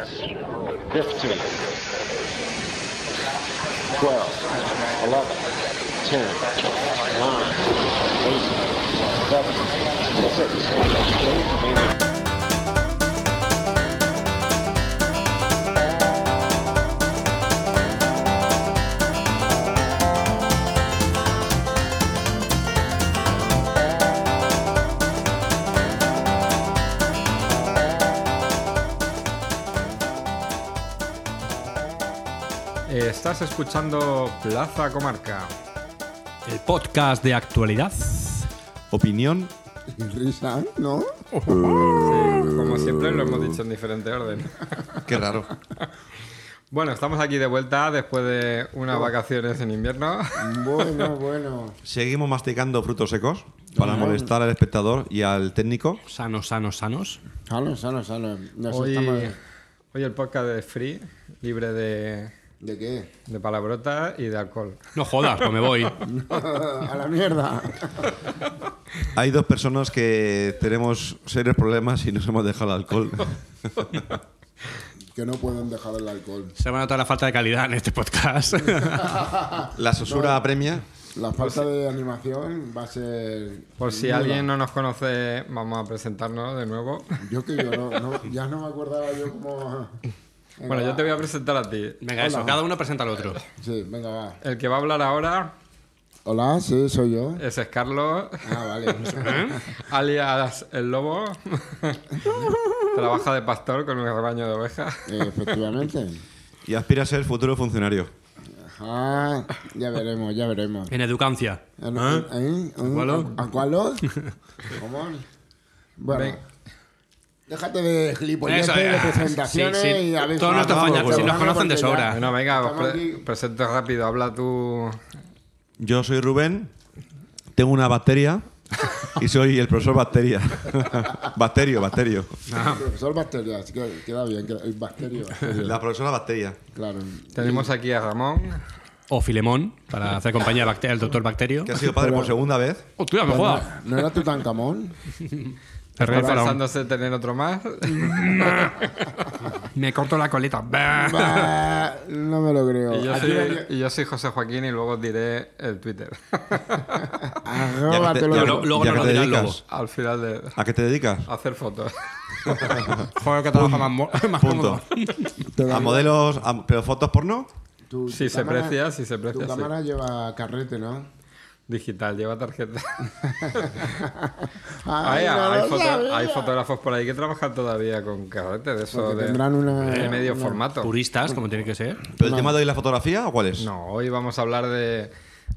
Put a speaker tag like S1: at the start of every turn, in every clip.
S1: 15, 12, 11, 10, 9, 8, 7, 6, 5, 4,
S2: Estás escuchando Plaza Comarca.
S3: El podcast de actualidad, opinión
S4: Y risa, ¿no?
S2: Como siempre lo hemos dicho en diferente orden.
S3: Qué raro.
S2: Bueno, estamos aquí de vuelta después de unas vacaciones en invierno.
S4: Bueno, bueno.
S5: Seguimos masticando frutos secos para molestar al espectador y al técnico.
S3: Sanos, sanos, sanos.
S4: Salo, salo, salo. Nos
S2: Hoy,
S4: estamos...
S2: hoy el podcast de Free, libre de,
S4: ¿De qué?
S2: de palabrotas y de alcohol.
S3: No jodas, no me voy.
S4: A la mierda.
S5: Hay dos personas que tenemos serios problemas y nos hemos dejado el alcohol.
S4: Que no pueden dejar el alcohol.
S3: Se va a notar la falta de calidad en este podcast.
S5: La sosura apremia.
S4: La falta de animación va a ser...
S2: Por si
S4: nuda.
S2: alguien no nos conoce, vamos a presentarnos de nuevo.
S4: Yo que yo no, no- ya no me acordaba yo cómo... Venga,
S2: Bueno, yo
S4: va.
S2: te voy a presentar a ti.
S3: Venga, eso, cada uno presenta al otro.
S4: Sí, venga, va.
S2: El que va a hablar ahora
S4: Hola, sí, soy yo.
S2: ese es Carlos,
S4: Ah, vale.
S2: alias el lobo. Trabaja de pastor con un rebaño de ovejas.
S4: ¿Eh? Efectivamente.
S5: Y aspira a ser futuro funcionario.
S4: Ah, ya veremos, ya veremos.
S3: En Educancia.
S4: ¿Eh?
S3: ¿Acualo?
S4: ¿Acualo? ¿Cómo? Bueno.
S2: Ven.
S4: Déjate de gilipolleces,
S3: Eso,
S4: de
S3: ah,
S4: presentaciones
S3: sí, sí.
S4: y a ver
S3: Todos nuestros
S4: vamos,
S3: fañacos,
S4: vamos,
S3: si nos conocen de
S4: porque ya-
S3: sobra.
S2: Bueno, venga, os
S4: Estamos
S2: pre-
S4: aquí.
S2: presento rápido. Habla tú.
S5: Yo soy Rubén, tengo una bacteria y soy el profesor bacteria. Bacterio, bacterio.
S4: Profesor Bacteria, así que queda bien. queda- el Bacterio, bacterio,
S5: La profesora bacteria.
S4: claro.
S2: Tenemos aquí a Ramón.
S3: O Filemón, para hacer compañía al bacte- al doctor Bacterio.
S5: Que ha sido padre por segunda vez.
S3: ¡Hostia, me jodas!
S4: ¿No era Tutankamón?
S3: Te reí,
S2: Está
S3: Faraón.
S2: pensándose tener otro más.
S3: Me corto la coleta.
S4: Bah, no me lo creo.
S2: Y yo,
S4: Aquí
S2: soy,
S4: venía-
S2: y yo soy José Joaquín y luego os diré el Twitter.
S5: Ya que te-
S4: Arróbatelo.
S5: ya
S3: Lo- luego
S5: ya
S3: nos lo
S5: que te
S3: dirá el
S5: dedicas.
S3: lobo.
S2: Al final de
S5: ¿A qué te dedicas?
S2: hacer fotos.
S3: Joder, que trabaja más, mo- más
S5: Punto.
S3: cómodo.
S4: Te lo-
S5: ¿A modelos, a- pero fotos porno?
S4: tu-
S2: Si
S4: tu
S2: se
S4: cámara-
S2: precia, si se precia,
S4: Tu
S2: sí.
S4: cámara lleva carrete, ¿no?
S2: Digital, lleva tarjeta. Hay-
S4: Ay, no
S2: Ah, hay,
S4: lo
S2: foto-
S4: sabía.
S2: hay fotógrafos por ahí que trabajan todavía con carrete de eso
S4: Porque
S2: de,
S4: tendrán una-
S2: de medio
S4: una-
S2: formato.
S3: Puristas, como tiene que ser.
S5: ¿Pero el tema de hoy la fotografía o cuál es?
S2: No, hoy vamos a hablar de,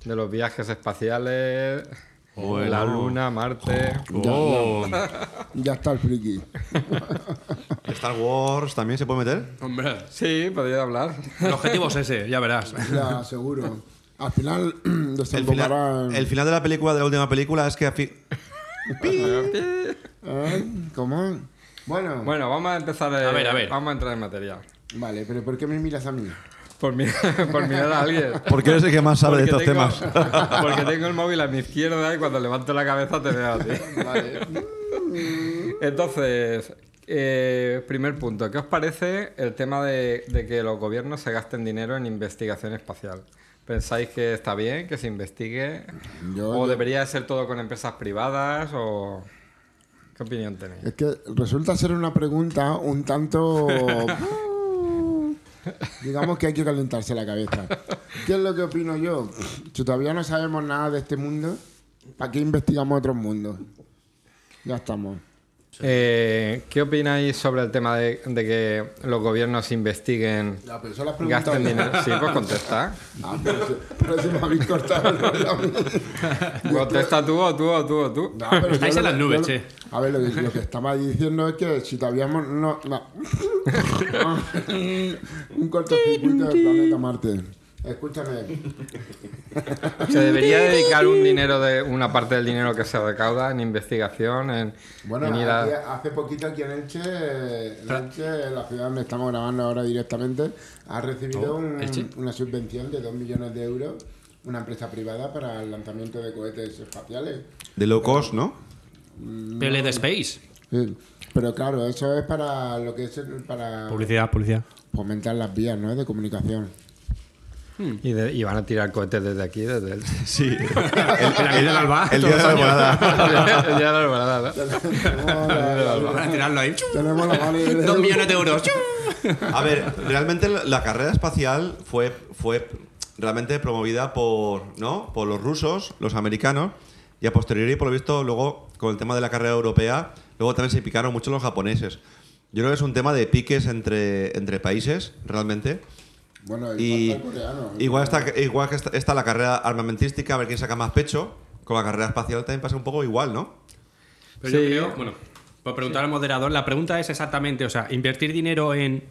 S2: de los viajes espaciales,
S5: Bueno.
S2: la Luna, Marte.
S3: Oh,
S4: Ya está el friki.
S5: Star Wars también se puede meter.
S3: hombre.
S2: Sí, podría hablar.
S3: El objetivo es ese, ya verás.
S4: Ya, seguro. Al final
S5: El
S4: desembocará
S5: final,
S4: en...
S5: el final de la película, de la última película, es que. afi-
S4: ¿Eh? ¿Cómo? Bueno,
S2: Bueno, vamos a empezar. eh,
S3: A ver, a ver.
S2: Vamos a entrar en materia.
S4: vale, pero ¿por qué me miras a mí?
S2: Por, mi- por mirar a alguien.
S5: Porque eres el que más sabe de estos temas.
S2: porque tengo el móvil a mi izquierda y cuando levanto la cabeza te veo a ti. Entonces, eh, primer punto, ¿qué os parece el tema de, de que los gobiernos se gasten dinero en investigación espacial? ¿Pensáis que está bien que se investigue?
S4: Yo-
S2: ¿O
S4: yo-
S2: debería de ser todo con empresas privadas? ¿O qué opinión tenéis?
S4: Es que resulta ser una pregunta un tanto... Digamos que hay que calentarse la cabeza. ¿Qué es lo que opino yo? Si todavía no sabemos nada de este mundo, ¿para qué investigamos otros mundos? Ya estamos.
S2: Eh, ¿Qué opináis sobre el tema de, de que los gobiernos investiguen,
S4: Ya, pero eso lo has preguntado
S2: gasten
S4: ya.
S2: dinero? Sí, pues contesta.
S4: Ah, pero, si- pero si me habéis cortado el rollo a mí.
S2: Contesta tú o tú o tú o tú.
S4: No, pero
S3: Estáis
S4: yo
S3: en
S4: lo-
S3: las nubes,
S4: yo lo-
S3: che.
S4: A ver, lo que, lo que estaba diciendo es que si todavía mo- no. no. Un cortocircuito del planeta Marte. Escúchame.
S2: Se debería dedicar un dinero de una parte del dinero que se recauda en investigación, en,
S4: Bueno,
S2: en ir
S4: aquí-
S2: a...
S4: hace poquito aquí en Elche, eh, en Elche, en la ciudad donde estamos grabando ahora directamente, ha recibido un-
S3: Oh, Elche.
S4: una subvención de 2 millones de euros una empresa privada para el lanzamiento de cohetes espaciales.
S5: De low cost, ¿no?
S3: PL de Space.
S4: Sí. Pero claro, eso es para lo que es el- para
S3: Publicidad, publicidad.
S4: fomentar las vías, ¿no? De comunicación.
S2: Y, de- y van a tirar cohetes desde aquí, desde el.
S5: Sí. El,
S3: El día del Alba,
S5: El día de
S3: todos
S5: la
S3: los años.
S5: alborada.
S2: ya la verdad, ¿no?
S4: Tenemos la-
S3: Van a tirarlo ahí.
S4: tenemos la mala idea.
S3: Dos millones de euros.
S5: A ver, realmente la la carrera espacial fue, fue realmente promovida por, ¿no? por los rusos, los americanos, y a posteriori, por lo visto, luego con el tema de la carrera europea, luego también se picaron mucho los japoneses. Yo creo que es un tema de piques entre, entre países, realmente.
S4: Bueno, igual
S5: Y
S4: está el coreano.
S5: igual está, igual que está, está la carrera armamentística, a ver quién saca más pecho. Con la carrera espacial también pasa un poco igual, ¿no?
S3: Pero
S2: Sí.
S3: yo creo, bueno, por preguntar al moderador, la pregunta es exactamente, o sea, invertir dinero en
S4: En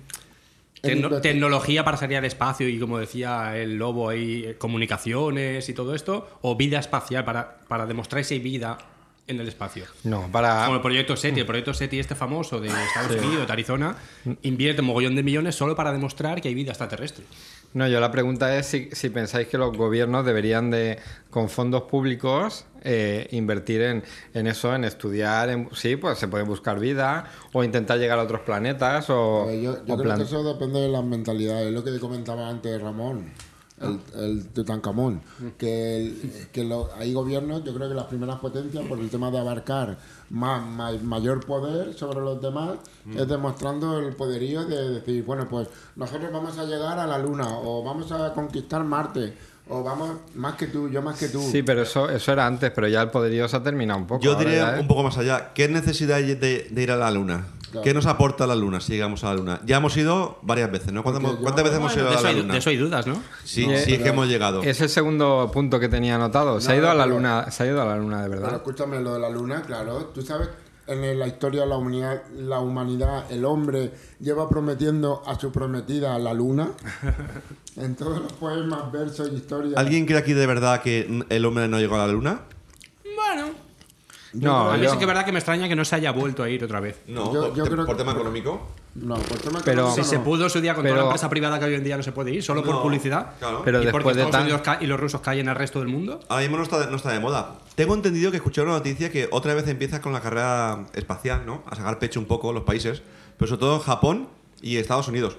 S3: tecno-
S4: invertir.
S3: tecnología para salir al espacio y, como decía el lobo, ahí, eh, comunicaciones y todo esto, o vida espacial para, para demostrar si hay vida en el espacio.
S2: No, para.
S3: Como el proyecto SETI, el proyecto SETI este famoso de Estados Unidos, de Arizona, invierte un mogollón de millones solo para demostrar que hay vida extraterrestre.
S4: pues-
S2: No, yo la pregunta es si, si pensáis que los gobiernos deberían de, con fondos públicos, eh, invertir en, en eso, en estudiar, en, sí, pues se puede buscar vida o intentar llegar a otros planetas o,
S4: A ver, Pues yo yo
S2: o
S4: creo
S2: plan-
S4: que eso depende de las mentalidades, lo que comentaba antes Ramón, el, el Tutankamón, que, el- que lo- hay gobiernos, yo creo que las primeras potencias por el tema de abarcar más, ma- mayor poder sobre los demás, es demostrando el poderío de decir, bueno, pues nosotros vamos a llegar a la Luna o vamos a conquistar Marte. O vamos, más que tú, yo más que tú.
S2: Sí, pero eso, eso era antes, pero ya el poderío se ha terminado un poco.
S5: Yo
S2: ahora
S5: diría
S2: ya, ¿eh?
S5: un poco más allá. ¿Qué necesidad hay de, de ir a la luna?
S4: Claro.
S5: ¿Qué nos aporta la luna si llegamos a la luna? Ya hemos ido varias veces, ¿no? ¿Cuántas,
S4: Porque yo-
S5: cuántas veces hemos
S3: Bueno,
S5: ido
S3: de,
S5: a
S3: eso
S5: la
S3: hay,
S5: luna?
S3: de eso hay dudas, ¿no?
S5: Sí,
S2: No,
S5: sí es que hemos llegado.
S2: Es el segundo punto que tenía anotado. Se ha
S4: No,
S2: ido a la
S4: pero-
S2: luna, se ha ido a la luna de
S4: Pero
S2: verdad.
S4: escúchame, lo de la luna, claro. Tú sabes, en la historia de la humanidad, la humanidad, el hombre, lleva prometiendo a su prometida la luna. en todos los poemas, versos y historias.
S5: ¿Alguien cree aquí de verdad que mm, el hombre no llegó a la luna?
S3: Bueno,
S2: No,
S3: a mí
S2: Ah, yo-
S3: sí que es verdad que me extraña que no se haya vuelto a ir otra vez.
S5: No,
S4: Yo-
S5: por,
S4: yo
S5: te-
S4: creo
S5: por
S4: que-
S5: tema económico.
S4: No, por tema
S2: Pero-
S4: económico
S3: Si
S4: no.
S3: se pudo su día con toda
S2: Pero-
S3: la empresa privada que hoy en día no se puede ir, solo por
S5: No,
S3: publicidad.
S5: claro.
S2: Pero
S3: y porque
S2: después de
S3: Estados
S2: tan-
S3: Unidos ca- y los rusos caen al resto del mundo.
S5: Ahora mismo no está, de, no está de moda. Tengo entendido que escuché una noticia que otra vez empiezas con la carrera espacial, ¿no? A sacar pecho un poco los países, pero sobre todo Japón y Estados Unidos.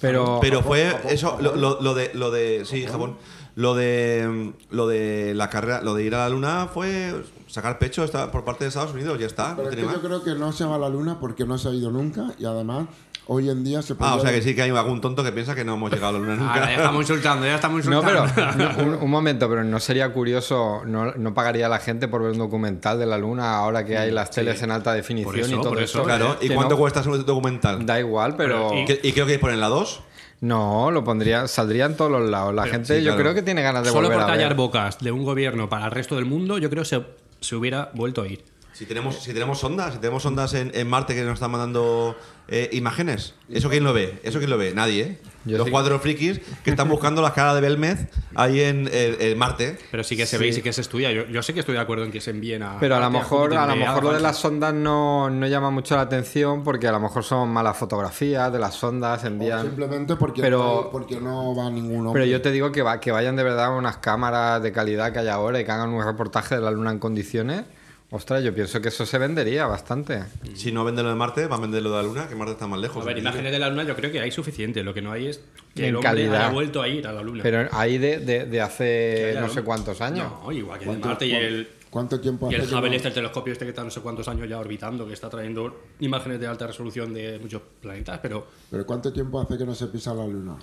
S2: pero,
S5: Pero fue eso, lo, lo- lo de, lo de, sí, Japón, lo de, lo de la carrera, lo de ir a la luna fue sacar pecho esta- por parte de Estados Unidos, ya está. no
S4: Pero es
S5: tiene
S4: que
S5: más.
S4: yo creo que no se va a la luna porque no se ha ido nunca y además hoy en día se puede.
S5: Ah, o sea que sí que hay algún tonto que piensa que no hemos llegado a la
S2: Ah,
S5: luna nunca.
S3: Ahora ya estamos insultando, ya estamos
S2: No,
S3: insultando.
S2: pero no, un, un momento, pero no sería curioso, no, no pagaría la gente por ver un documental de la luna ahora que hay las teles en alta definición
S3: Mm, Por eso,
S2: y todo
S3: por eso.
S2: eso.
S5: Claro, ¿y
S2: Que
S5: cuánto
S2: no-
S5: cuesta su documental?
S2: Da igual, pero
S5: ¿Y, qué- y creo que ponen la 2?
S2: no, lo pondría, saldría en todos los lados. La gente,
S5: sí,
S2: yo
S5: claro.
S2: creo que tiene ganas de
S3: Solo
S2: volver
S3: por
S2: a ver.
S3: callar bocas de un gobierno para el resto del mundo, yo creo que se, se hubiera vuelto a ir.
S5: Si tenemos, si tenemos sondas, si tenemos sondas en, en Marte que nos están mandando eh, imágenes, ¿eso quién lo ve? ¿Eso quién lo ve? Nadie, ¿eh?
S2: Yo
S5: Los
S2: sí.
S5: cuatro frikis que están buscando la cara de Belmez ahí en, en- en Marte.
S3: Pero sí que se ve y sí que se estudia. Yo, yo sé que estoy de acuerdo en que se envíen a. eh,
S2: Pero a lo
S3: Marte,
S2: mejor,
S3: Júpiter,
S2: a lo
S3: Nerea,
S2: mejor lo de
S3: Alfa.
S2: las sondas no, no llama mucho la atención porque a lo mejor son malas fotografías de las sondas,
S4: O
S2: envían.
S4: Simplemente porque,
S2: Pero-
S4: no hay- porque no va ningún hombre.
S2: Pero yo te digo que, va, que vayan de verdad unas cámaras de calidad que hay ahora y que hagan un reportaje de la luna en condiciones. Ostras, yo pienso que eso se vendería bastante.
S5: Si no venden lo de Marte, van a vender lo de la Luna, que Marte está más lejos.
S3: A ver, imágenes de la luna, yo creo que hay suficiente. Lo que no hay es que
S2: En
S3: el hombre
S2: calidad.
S3: haya vuelto a ir a la luna.
S2: Pero ahí de, de- de hace
S3: Claro.
S2: no sé cuántos años.
S3: No, igual que de
S4: ¿Cuánto-
S3: Marte y
S4: cuán-
S3: el.
S4: ¿Cuánto tiempo
S3: Y el
S4: hace que no-
S3: Hubble este, el telescopio este que está no sé cuántos años ya orbitando, que está trayendo imágenes de alta resolución de muchos planetas, pero
S4: Pero ¿cuánto tiempo hace que no se pisa la luna?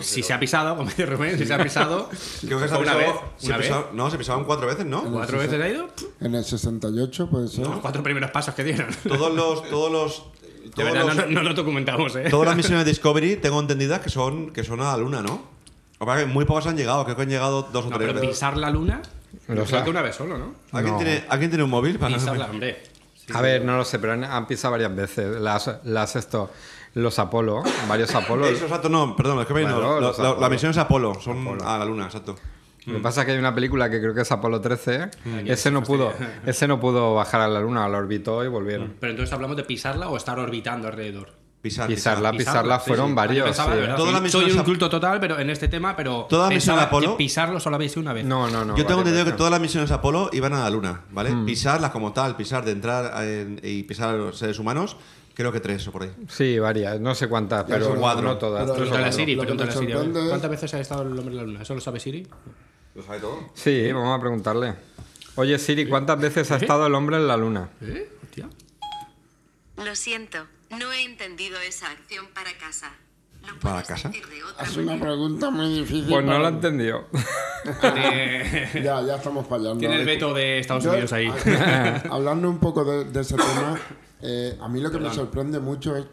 S3: si se ha pisado, como dice Rubén, si se ha pisado,
S5: Creo que se ha
S3: fue una vez,
S5: pisado- se
S3: una vez,
S5: pisaron- No, se pisaban cuatro veces, ¿no?
S3: cuatro veces ha ido,
S4: En el 68 puede ser.
S3: los cuatro primeros pasos que dieron.
S5: Todos los. Todos los.
S3: De
S5: todos
S3: verdad,
S5: los-
S3: no, no lo documentamos, ¿eh?
S5: Todas las misiones de Discovery tengo entendidas que son, que son a la Luna, ¿no? O sea, que muy pocas han llegado, creo que han llegado dos o
S3: No,
S5: tres
S3: pero
S5: veces.
S3: pisar la luna,
S2: Lo
S3: lo
S2: sabe.
S3: que una vez solo, ¿no?
S5: ¿Alguien,
S2: No.
S5: tiene, ¿Alguien tiene un móvil? Para
S3: Pisarla, hombre.
S2: a ver, no lo sé, pero han, han pisado varias veces las, las esto, los Apolo, varios Apolo.
S5: Eso, exacto, no, perdón, Discovery no.
S2: Bueno,
S5: Lo-
S2: los
S5: lo- la,
S2: Apolo.
S5: misión es Apolo, son a la Luna, exacto.
S2: Lo que pasa es que hay una película que creo que es Apolo 13. Ese no pudo, ese no pudo bajar a la luna, la orbitó y volvieron.
S3: Pero entonces hablamos de pisarla o estar orbitando alrededor.
S5: Pisar,
S2: Pisarla, pisarla
S3: sí,
S2: fueron
S3: sí. Yo
S2: varios.
S3: pensaba,
S2: sí.
S3: de verdad,
S5: Toda
S3: sí,
S5: la misión
S3: soy un
S5: Ap-
S3: culto total, pero en este tema, pero
S5: Toda la misión
S3: pensaba que
S5: Apolo-
S3: pisarlo solo había sido una vez.
S2: No, no, no.
S5: Yo
S2: vale,
S5: tengo entendido que
S2: vale. Hmm.
S5: todas las misiones Apolo iban a la Luna, ¿vale? Pisarlas como tal, pisar de entrar en- y pisar a los seres humanos, creo que tres o por ahí.
S2: Sí, varias. No sé cuántas, pero
S5: son cuatro.
S2: no todas.
S4: Pero
S2: tres o
S4: Pregúntale
S3: Pregúntale
S2: cuatro.
S3: a Siri,
S4: Lo- lo que me
S3: pregúntale a Siri. a ver,
S4: sorprende es-
S3: ¿Cuántas veces ha estado el hombre en la luna? ¿Eso lo sabe Siri?
S5: ¿Lo sabe todo?
S2: Sí, vamos a preguntarle. Oye, Siri, ¿cuántas veces ha estado el hombre en la luna?
S3: ¿Eh? Hostia.
S6: Lo siento, no he entendido esa acción para casa. ¿Lo
S5: ¿Para
S6: puedes
S5: casa?
S6: decir de otra
S4: Es una
S6: manera?
S4: pregunta muy difícil.
S2: Pues no
S4: para-
S2: lo entendió.
S3: Tiene,
S4: Ya, ya estamos fallando.
S3: tiene el
S4: Ahora-
S3: veto de Estados
S4: Yo-
S3: Unidos ahí.
S4: a- Hablando un poco de, de ese tema, eh, a mí lo que me sorprende mucho es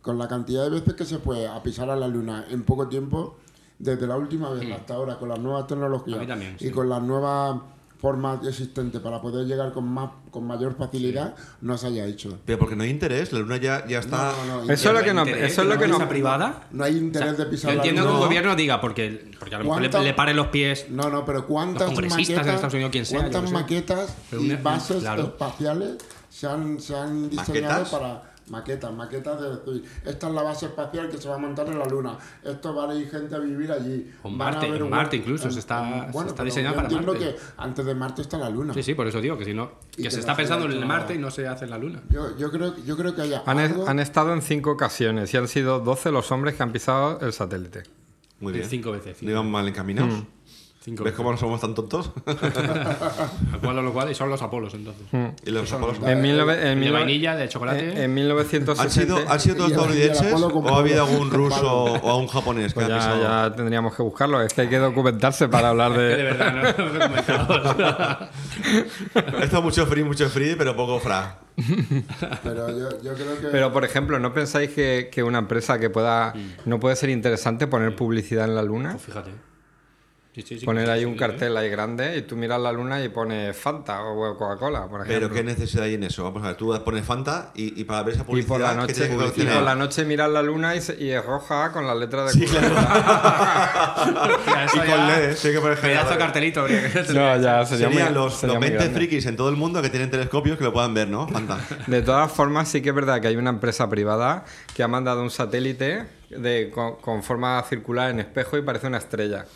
S4: con la cantidad de veces que se fue a pisar a la luna en poco tiempo, desde la última vez hasta ahora, con las nuevas tecnologías
S3: Hmm. A mí también,
S4: y
S3: sí.
S4: con las nuevas formas existentes para poder llegar con más con mayor facilidad, no se haya hecho.
S5: Pero porque no hay interés, la Luna ya, ya está...
S4: No, no, no,
S2: Eso es lo que no.
S3: ¿Interés?
S2: Eso es lo que
S3: ¿Una
S2: no.
S3: empresa privada?
S4: No hay interés de
S3: Yo
S4: pisar la
S3: entiendo que
S4: luna.
S3: un gobierno diga, porque, porque a lo mejor le,
S4: ¿Cuánto-
S3: le pare los pies.
S4: No, no, pero
S3: Los
S4: ¿cuántas
S3: congresistas en
S4: maquetas,
S3: Estados Unidos, quien sea,
S4: cuántas
S3: yo qué sé.
S4: maquetas
S3: Pero
S4: y
S3: una-
S4: bases
S3: claro.
S4: espaciales se han, se han diseñado
S5: ¿Maquetas?
S4: para maquetas? Maquetas de decir, esta es la base espacial que se va a montar en la Luna, esto va a ir gente a vivir allí.
S3: O en
S4: van a
S3: Marte,
S4: haber
S3: en
S4: un-
S3: Marte incluso, se está- se está
S4: pero
S3: diseñado
S4: yo
S3: para
S4: entiendo
S3: Marte.
S4: que antes de Marte está la Luna.
S3: Sí, sí, por eso digo que si no.
S4: Y
S3: Que
S4: que
S3: se
S4: no
S3: está
S4: se
S3: pensando
S4: ha hecho
S3: en
S4: nada.
S3: Marte y no se hace en la luna.
S4: Yo, yo, creo, yo creo que haya
S3: Ah,
S2: Han,
S4: algo-
S2: han estado en cinco ocasiones y han sido 12 los hombres que han pisado el satélite.
S5: Muy bien.
S3: Cinco veces,
S5: No
S3: cinco
S5: iban mal encaminados.
S2: Hmm.
S3: Cinco
S5: ¿Ves
S3: veces.
S5: cómo no somos tan tontos?
S3: Al cual a lo cual, y son los Apolos entonces.
S5: y los Apolos...
S2: En, mil nove- Mm. en
S3: de
S2: mil-
S3: vainilla, de chocolate.
S2: En, en
S5: ¿Han
S2: 1960.
S5: sido, ¿Han sido todos
S4: Y el- y el
S5: estadounidenses
S4: Apolo con
S5: o ha habido
S4: Apolo.
S5: algún ruso o algún japonés que
S2: Pues
S5: ha
S2: ya,
S5: pisado?
S2: ya tendríamos que buscarlo. Es que hay que documentarse para hablar
S3: Que De
S2: de.
S3: verdad, no no documentados.
S5: Esto es mucho free, mucho free, pero poco fra.
S4: Pero yo, yo creo que...
S2: Pero, por ejemplo, ¿no pensáis que, que una empresa que pueda.
S3: Mm.
S2: No puede ser interesante poner publicidad en la luna?
S3: Pues Fíjate. Sí, sí, sí,
S2: Poner
S3: sí,
S2: ahí
S3: sí,
S2: un
S3: sí,
S2: cartel ahí grande y tú miras la luna y pones Fanta o Coca-Cola, por ejemplo.
S5: Pero qué necesidad hay en eso. Vamos a ver, tú pones Fanta y, y para ver esa
S2: Y
S5: publicidad
S2: por la
S5: ¿qué
S2: noche,
S5: tienes que
S2: y
S5: coleccionar?
S2: por la noche miras la luna y, se- y es roja con las letras de
S5: Sí,
S2: Coca-Cola.
S5: claro.
S3: Ya, eso
S5: y
S3: ya-
S5: con LED, sí que por
S3: Pedazo de
S5: ejemplo.
S3: cartelito. habría que-
S2: No, ya sería
S5: Serían
S2: muy-
S5: los,
S2: sería
S5: los
S2: muy
S5: 20
S2: grande.
S5: frikis en todo el mundo que tienen telescopios que lo puedan ver, ¿no? Fanta.
S2: De todas formas, sí que es verdad que hay una empresa privada que ha mandado un satélite de, con, con forma circular en espejo y parece una estrella.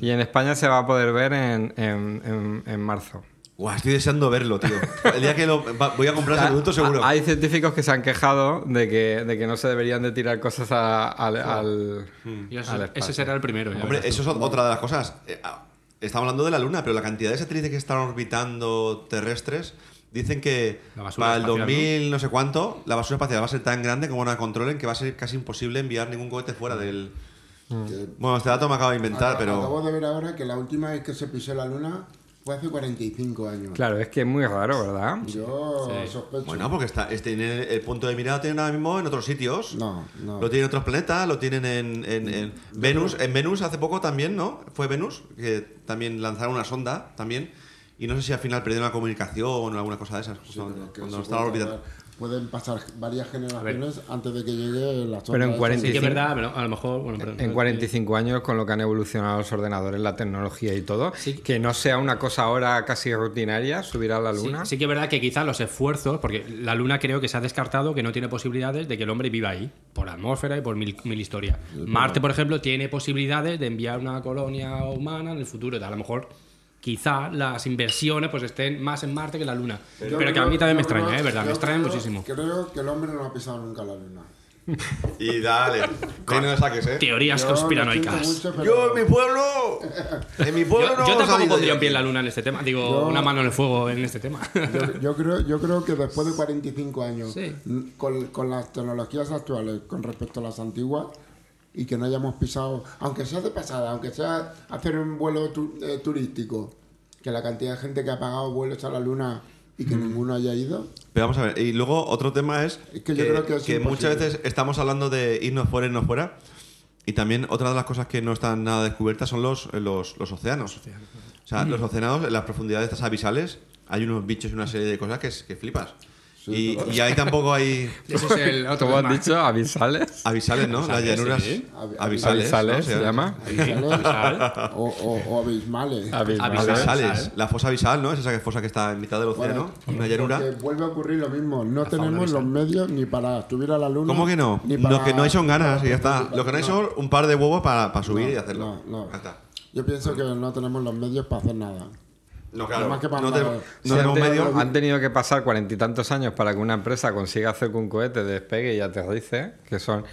S2: Y en España se va a poder ver en, en- en- en marzo.
S5: Guau, estoy deseando verlo, tío. El día que lo va- voy a comprar ese producto seguro.
S2: Ha- Hay científicos que se han quejado de que, de que no se deberían de tirar cosas a- al, al-
S5: Mm.
S3: Y eso-
S2: al
S3: ese
S2: espacio.
S3: será el primero. ya
S5: Hombre,
S3: verás.
S5: eso es ot- otra de las cosas. Eh, ah, Estamos hablando de la Luna, pero la cantidad de satélites que están orbitando terrestres dicen que
S3: La basura
S5: para el
S3: espacial,
S5: 2000 ¿no? sé cuánto la basura espacial va a ser tan grande como no la controlen que va a ser casi imposible enviar ningún cohete fuera
S3: Mm.
S5: del...
S4: que-
S5: Bueno, este dato me acabo de inventar,
S3: Ah,
S4: acabo-
S5: pero...
S4: Acabo de ver ahora que la última vez que se pisó la luna fue hace 45 años.
S2: Claro, es que es muy raro, ¿verdad?
S4: Yo sospecho.
S5: Bueno, porque está, es- tiene- el punto de mirada lo tienen ahora mismo en otros sitios.
S4: No, no. Mm,
S5: Lo tienen en otros planetas, lo tienen en, en- en Venus. En Venus hace poco también, ¿no? Fue Venus, que también lanzaron una sonda también. Y no sé si al final perdieron la comunicación o alguna cosa de esas.
S4: Sí,
S5: justamente,
S4: pero que
S5: cuando
S4: se
S5: estaba
S4: puede
S5: orbitando.
S4: tardar- Pueden pasar varias generaciones antes de que llegue la sonda
S2: en
S4: esa.
S2: 40
S3: Sí que es verdad, pero a lo mejor. Bueno, pero-
S2: En 45 años, con lo que han evolucionado los ordenadores, la tecnología y todo, que no sea una cosa ahora casi rutinaria, subir a la
S3: Sí,
S2: luna.
S3: sí que es verdad que quizás los esfuerzos, porque la Luna creo que se ha descartado que no tiene posibilidades de que el hombre viva ahí, por atmósfera y por mil, mil historias. Marte, por ejemplo, tiene posibilidades de enviar una colonia humana en el futuro. y tal. A lo mejor quizá las inversiones pues estén más en Marte que en la Luna. Pero,
S4: Yo
S3: que a
S4: creo-
S3: mí también me
S4: yo creo-
S3: extraña, ¿eh? ¿Verdad?
S4: yo
S3: Me extraña
S4: creo-
S3: muchísimo.
S4: Creo que el hombre no ha pisado nunca la luna.
S5: Y dale, que no la saques, ¿eh?
S3: Teorías
S4: Yo lo
S3: conspiranoicas.
S4: siento mucho, pero-
S5: Yo en mi pueblo... En mi pueblo
S3: Yo,
S5: no
S3: yo
S5: hemos
S3: tampoco
S5: salido
S3: pondría
S5: de
S3: un pie en la
S5: aquí.
S3: luna en este tema. Digo,
S4: Yo-
S3: una mano en el fuego en este tema.
S4: Yo, yo creo, yo creo que después de 45 años,
S3: Sí.
S4: n- con, con las tecnologías actuales con respecto a las antiguas, y que no hayamos pisado, aunque sea de pasada, aunque sea hacer un vuelo tu- eh, turístico, que la cantidad de gente que ha pagado vuelos a la luna y que
S3: Mm.
S4: ninguno haya ido,
S5: Pero vamos a ver, y luego otro tema es
S4: Es que yo creo que es imposible.
S5: muchas veces estamos hablando de irnos fuera, irnos fuera, y también otra de las cosas que no están nada descubiertas son los, eh, los, los océanos. O sea, los océanos, en las profundidades estas abisales, hay unos bichos y una serie de cosas que, es- que flipas. y, y ahí tampoco hay
S3: Ese es el otro
S2: ¿Cómo has
S3: tema.
S2: dicho? ¿Avisales?
S5: avisales, ¿no? Las
S3: Avisales,
S5: llanuras.
S3: sí.
S5: Avisales. ¿no?
S2: ¿Avisales se
S5: llaman.
S2: llama?
S4: ¿Vale? O, o, o abismales.
S2: Avisales.
S5: Avisales. La fosa avisal, ¿no? Es esa fosa que está en mitad del océano. una llanura.
S4: Porque vuelve a ocurrir lo mismo. No
S3: fauna
S4: tenemos los
S3: abisal.
S4: medios ni para subir a la luna.
S5: ¿Cómo que no?
S4: ni para-
S5: Lo que no hay son ganas y ya está. Lo que no hay son un par de huevos para, para subir y hacerlo.
S4: No, no.
S5: Ya está.
S4: Yo pienso que no tenemos los medios para hacer nada.
S5: No, claro.
S4: Además que para
S5: No
S4: andar-
S5: tenemos,
S2: Sí,
S5: no
S2: han,
S5: tenemos
S2: tenido,
S5: medio.
S2: han tenido que pasar cuarenta y tantos años para que una empresa consiga hacer que un cohete despegue y aterrice, que son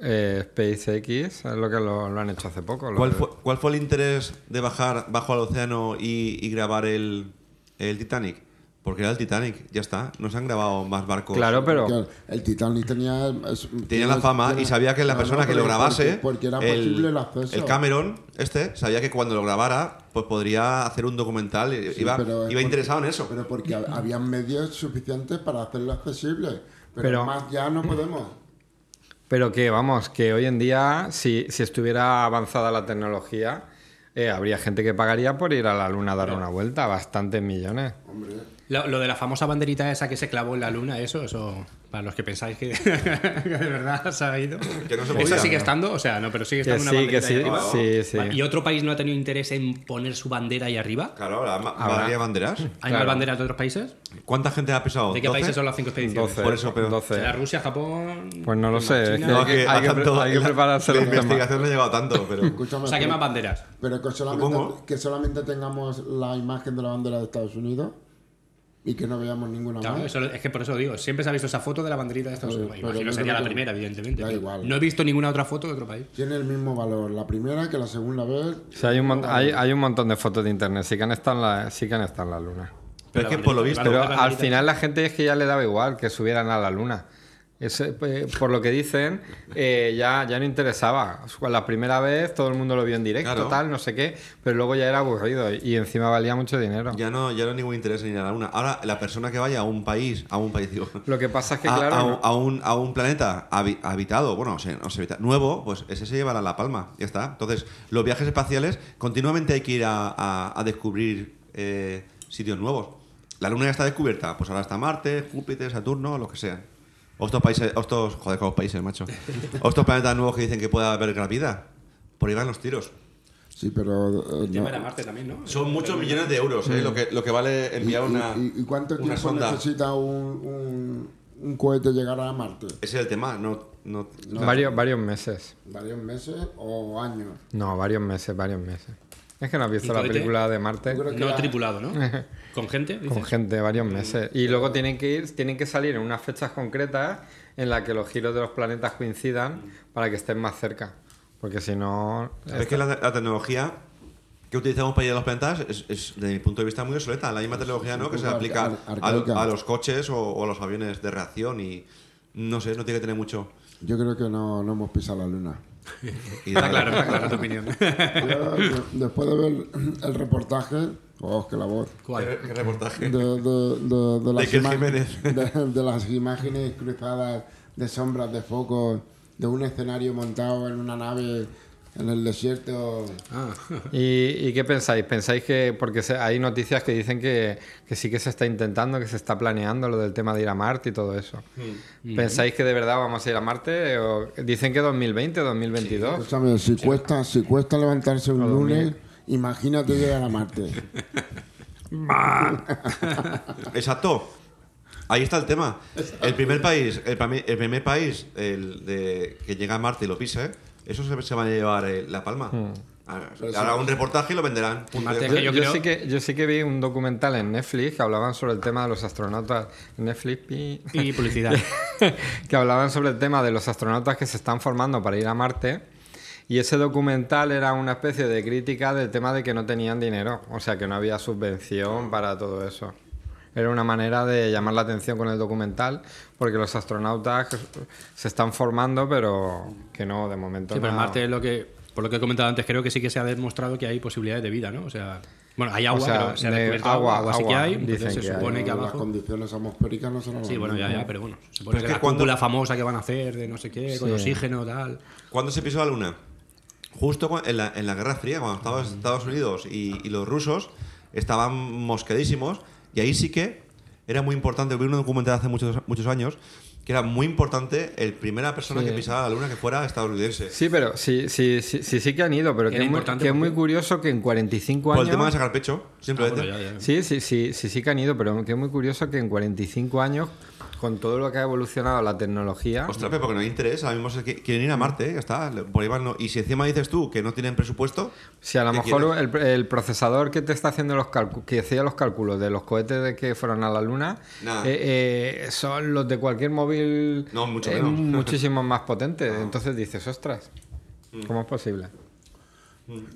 S2: eh, SpaceX, es lo que lo, lo han hecho hace poco. lo
S5: ¿Cuál
S2: de-
S5: fue, cuál fue el interés de bajar bajo al océano y, y grabar el, el Titanic? Porque era el Titanic, ya está. No se han grabado más barcos.
S2: Claro, pero
S4: Porque el Titanic tenía. es-
S5: Tenía la fama
S4: tiene-
S5: y sabía que la
S4: No,
S5: persona
S4: no,
S5: que lo
S4: porque-
S5: grabase,
S4: Porque, era
S5: el,
S4: posible el acceso.
S5: el Cameron, este, sabía que cuando lo grabara, pues podría hacer un documental. y-
S4: Sí,
S5: iba
S4: pero
S5: iba
S4: es
S5: interesado en eso.
S4: Pero porque hab- habían medios suficientes para hacerlo accesible. Pero,
S2: Pero-
S4: más ya no podemos.
S2: Pero que vamos, que hoy en día, si, si estuviera avanzada la tecnología, eh, habría gente que pagaría por ir a la luna a dar una vuelta, bastantes millones.
S4: Hombre,
S3: Lo, lo de la famosa banderita esa que se clavó en la luna, eso, eso, para los que pensáis que, que de verdad se ha ido.
S5: Que no se
S3: Esa
S5: movía.
S3: sigue estando, o sea, no, pero sigue
S2: Que
S3: estando una
S2: sí, que
S3: banderita ahí
S2: sí,
S3: arriba.
S2: sí, sí.
S3: ¿Y otro país no ha tenido interés en poner su bandera ahí arriba?
S5: Claro, ahora ma-
S2: Ahora-
S5: varias banderas.
S3: ¿Hay
S2: Claro.
S3: más banderas de otros países?
S5: ¿Cuánta gente ha pesado?
S3: ¿De qué
S5: 12?
S3: países son las cinco expediciones?
S2: 12,
S5: Por eso, pero-
S2: 12.
S3: ¿Será Rusia, Japón?
S2: Pues no lo sé, es que
S3: China.
S5: No,
S2: hay que, hay
S5: que a
S2: que pre-
S5: tanto-
S2: hay que
S5: la-
S2: prepararse
S5: la
S2: los temas.
S5: investigación no ha llegado tanto, pero.
S4: escúchame.
S3: O sea, ¿qué
S4: pero-
S3: más banderas?
S4: Pero que solamente,
S5: Supongo.
S4: que solamente tengamos la imagen de la bandera de Estados Unidos y que no veamos ninguna
S3: Claro,
S4: más.
S3: eso- es que por eso digo, siempre se ha visto esa foto de la banderita de Estados
S4: Pero-
S3: Unidos.
S4: pero
S3: Imagino
S4: no
S3: sería
S4: creo
S3: la
S4: que-
S3: primera, evidentemente.
S4: Da
S3: pero
S4: igual.
S3: No he visto ninguna otra foto de otro país.
S4: Tiene el mismo valor la primera que la segunda vez.
S2: Sí, hay, un mon- hay, hay un montón de fotos de internet, sí que han estado en la, sí que han estado en la luna.
S5: Pero es que por lo visto.
S2: Pero
S3: Claro,
S2: al
S3: claro.
S2: final la gente es que ya le daba igual que subieran a la luna. Ese, eh, por lo que dicen, eh, ya, ya no interesaba. La primera vez todo el mundo lo vio en directo,
S5: Claro.
S2: tal, no sé qué, pero luego ya era aburrido y encima valía mucho dinero.
S5: Ya no, ya no hay ningún interés en ir a la luna. Ahora, la persona que vaya a un país, a un país, digo,
S2: Lo que pasa es que,
S5: a,
S2: claro,
S5: a un-
S2: no-
S5: a un, a un planeta habi- habitado, bueno, o sea, no sé, habita- nuevo, pues ese se llevará la palma, ya está. Entonces, los viajes espaciales, continuamente hay que ir a, a- a descubrir eh, sitios nuevos. La luna ya está descubierta, pues ahora está Marte, Júpiter, Saturno, lo que sea. O estos países, o estos, joder, con los países, macho. O estos planetas nuevos que dicen que puede haber gravedad. Por ahí van los tiros.
S4: Sí, pero. eh,
S3: El tema era
S4: no.
S3: Marte también, ¿no?
S5: Son muchos millones de euros, ¿eh? lo, que, lo que vale
S4: ¿Y,
S5: enviar una.
S4: y- y cuánto
S5: una
S4: tiempo
S5: sonda.
S4: necesita un, un, un cohete llegar a Marte?
S5: Ese es el tema, no. no, no.
S2: varios, varios meses.
S4: ¿Varios meses o años?
S2: No, varios meses, varios meses. Es que no has visto
S3: ¿Y
S2: la
S3: cohete?
S2: película de Marte
S4: Yo creo que
S3: No
S4: la-
S3: tripulado, ¿no? ¿Con gente? dices?
S2: con gente, varios meses. Y luego tienen que ir, tienen que salir en unas fechas concretas en las que los giros de los planetas coincidan para que estén más cerca. Porque si no.
S5: Es que la, la tecnología que utilizamos para ir a los planetas es, es, desde mi punto de vista, muy obsoleta. La misma tecnología ¿no? que se
S4: poco
S5: aplica
S4: arca-
S5: a,
S4: arcaica.
S5: a los coches o, o a los aviones de reacción y. No sé, no tiene que tener mucho.
S4: Yo creo que no, no hemos pisado la luna.
S5: Y
S3: Está claro, está clara tu opinión.
S4: Yo, yo, después de ver el reportaje, oh, que la voz,
S5: ¿Qué, qué reportaje?
S4: de, de, de- de las,
S5: De Kir
S4: ima-
S5: Jiménez.
S4: de- de las imágenes cruzadas de sombras, de focos, de un escenario montado en una nave en el desierto.
S3: Ah.
S2: ¿Y, y qué pensáis? ¿Pensáis que.? Porque se- hay noticias que dicen que, que sí que se está intentando, que se está planeando lo del tema de ir a Marte y todo eso.
S3: Mm.
S2: ¿Pensáis que de verdad vamos a ir a Marte? O, dicen que 2020, 2022.
S4: Escúchame, si cuesta, si cuesta levantarse un lunes, imagínate llegar a Marte.
S5: Exacto. Ahí está el tema. El primer país, el, pami- el primer país el de, que llega a Marte y lo pise, eso se, se va a llevar eh, la palma. Ahora, hará un reportaje y lo venderán. Punto.
S3: Hmm. Pues Marte,
S2: Yo,
S3: que yo
S2: yo
S3: creo-
S2: sí que, yo sí que vi un documental en Netflix que hablaban sobre el tema de los astronautas. Netflix. pi.
S3: Y publicidad.
S2: que hablaban sobre el tema de los astronautas que se están formando para ir a Marte. Y ese documental era una especie de crítica del tema de que no tenían dinero, o sea, que no había subvención para todo eso. Era una manera de llamar la atención con el documental, porque los astronautas se están formando, pero que no, de momento.
S3: Sí, pero
S2: no.
S3: Marte es lo que, por lo que he comentado antes, creo que sí que se ha demostrado que hay posibilidades de vida, ¿no? O sea, bueno, hay agua,
S2: sea,
S3: pero se ha
S2: de
S3: descubierto
S2: agua,
S3: agua, agua, sí que
S2: agua,
S3: hay,
S2: dicen
S3: entonces se
S2: que hay,
S3: supone que
S4: Las
S3: abajo.
S4: condiciones atmosféricas no son las
S3: Sí, bueno, ya,
S4: mismas.
S3: ya, pero bueno. Se supone
S5: es
S3: que,
S5: que
S3: la
S5: cuando-
S3: cúpula famosa que van a hacer de no sé qué, con oxígeno, tal.
S5: ¿Cuándo se pisó la Luna? Justo cu- en la, en la Guerra Fría, cuando estaba Estados Unidos y, y los rusos estaban mosquedísimos, y ahí sí que era muy importante, vi un documental hace muchos, muchos años, que era muy importante el primera persona
S2: Sí.
S5: que pisara la luna que fuera estadounidense.
S2: Sí, pero sí, sí, sí, sí, sí que han ido, pero
S3: Era
S2: que es, muy,
S3: importante
S2: que es
S3: porque-
S2: muy curioso que en 45
S5: Por
S2: años...
S5: el tema de sacar pecho, simplemente.
S3: Ah, bueno, ya, ya.
S2: Sí, sí, sí, sí, sí que han ido, pero que es muy curioso que en 45 años, con todo lo que ha evolucionado la tecnología,
S5: Ostras, pero porque no hay interés, ahora mismo se qui- quieren ir a Marte, ¿eh? ya está, le- por ahí van, no. Y si encima dices tú que no tienen presupuesto,
S2: si a lo
S5: ¿qué
S2: mejor
S5: quieres?
S2: el, el procesador que te está haciendo los cálculos, que hacía los cálculos de los cohetes de que fueron a la Luna,
S5: Nah.
S2: eh, eh, son los de cualquier móvil
S5: No, mucho
S2: eh,
S5: menos. Ah.
S2: muchísimo más potentes. Entonces dices, ostras,
S5: Mm.
S2: ¿cómo es posible?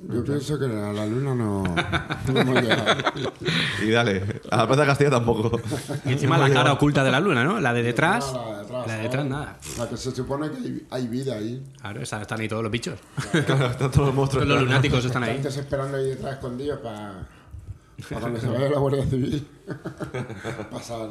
S4: Yo pienso que a la luna no, no hemos llegado.
S5: y dale, a la Plaza de Castilla tampoco.
S3: Y encima la cara oculta de la luna, ¿no? La de detrás.
S4: No, la de atrás,
S3: La de detrás,
S4: ¿no?
S3: nada.
S4: La que se supone que hay, hay vida ahí.
S3: Claro, esa- están ahí todos los bichos.
S5: Claro, están todos los monstruos.
S3: Todos los lunáticos están ahí.
S4: Antes esperando ahí detrás escondidos para cuando se vaya la Guardia Civil pasar.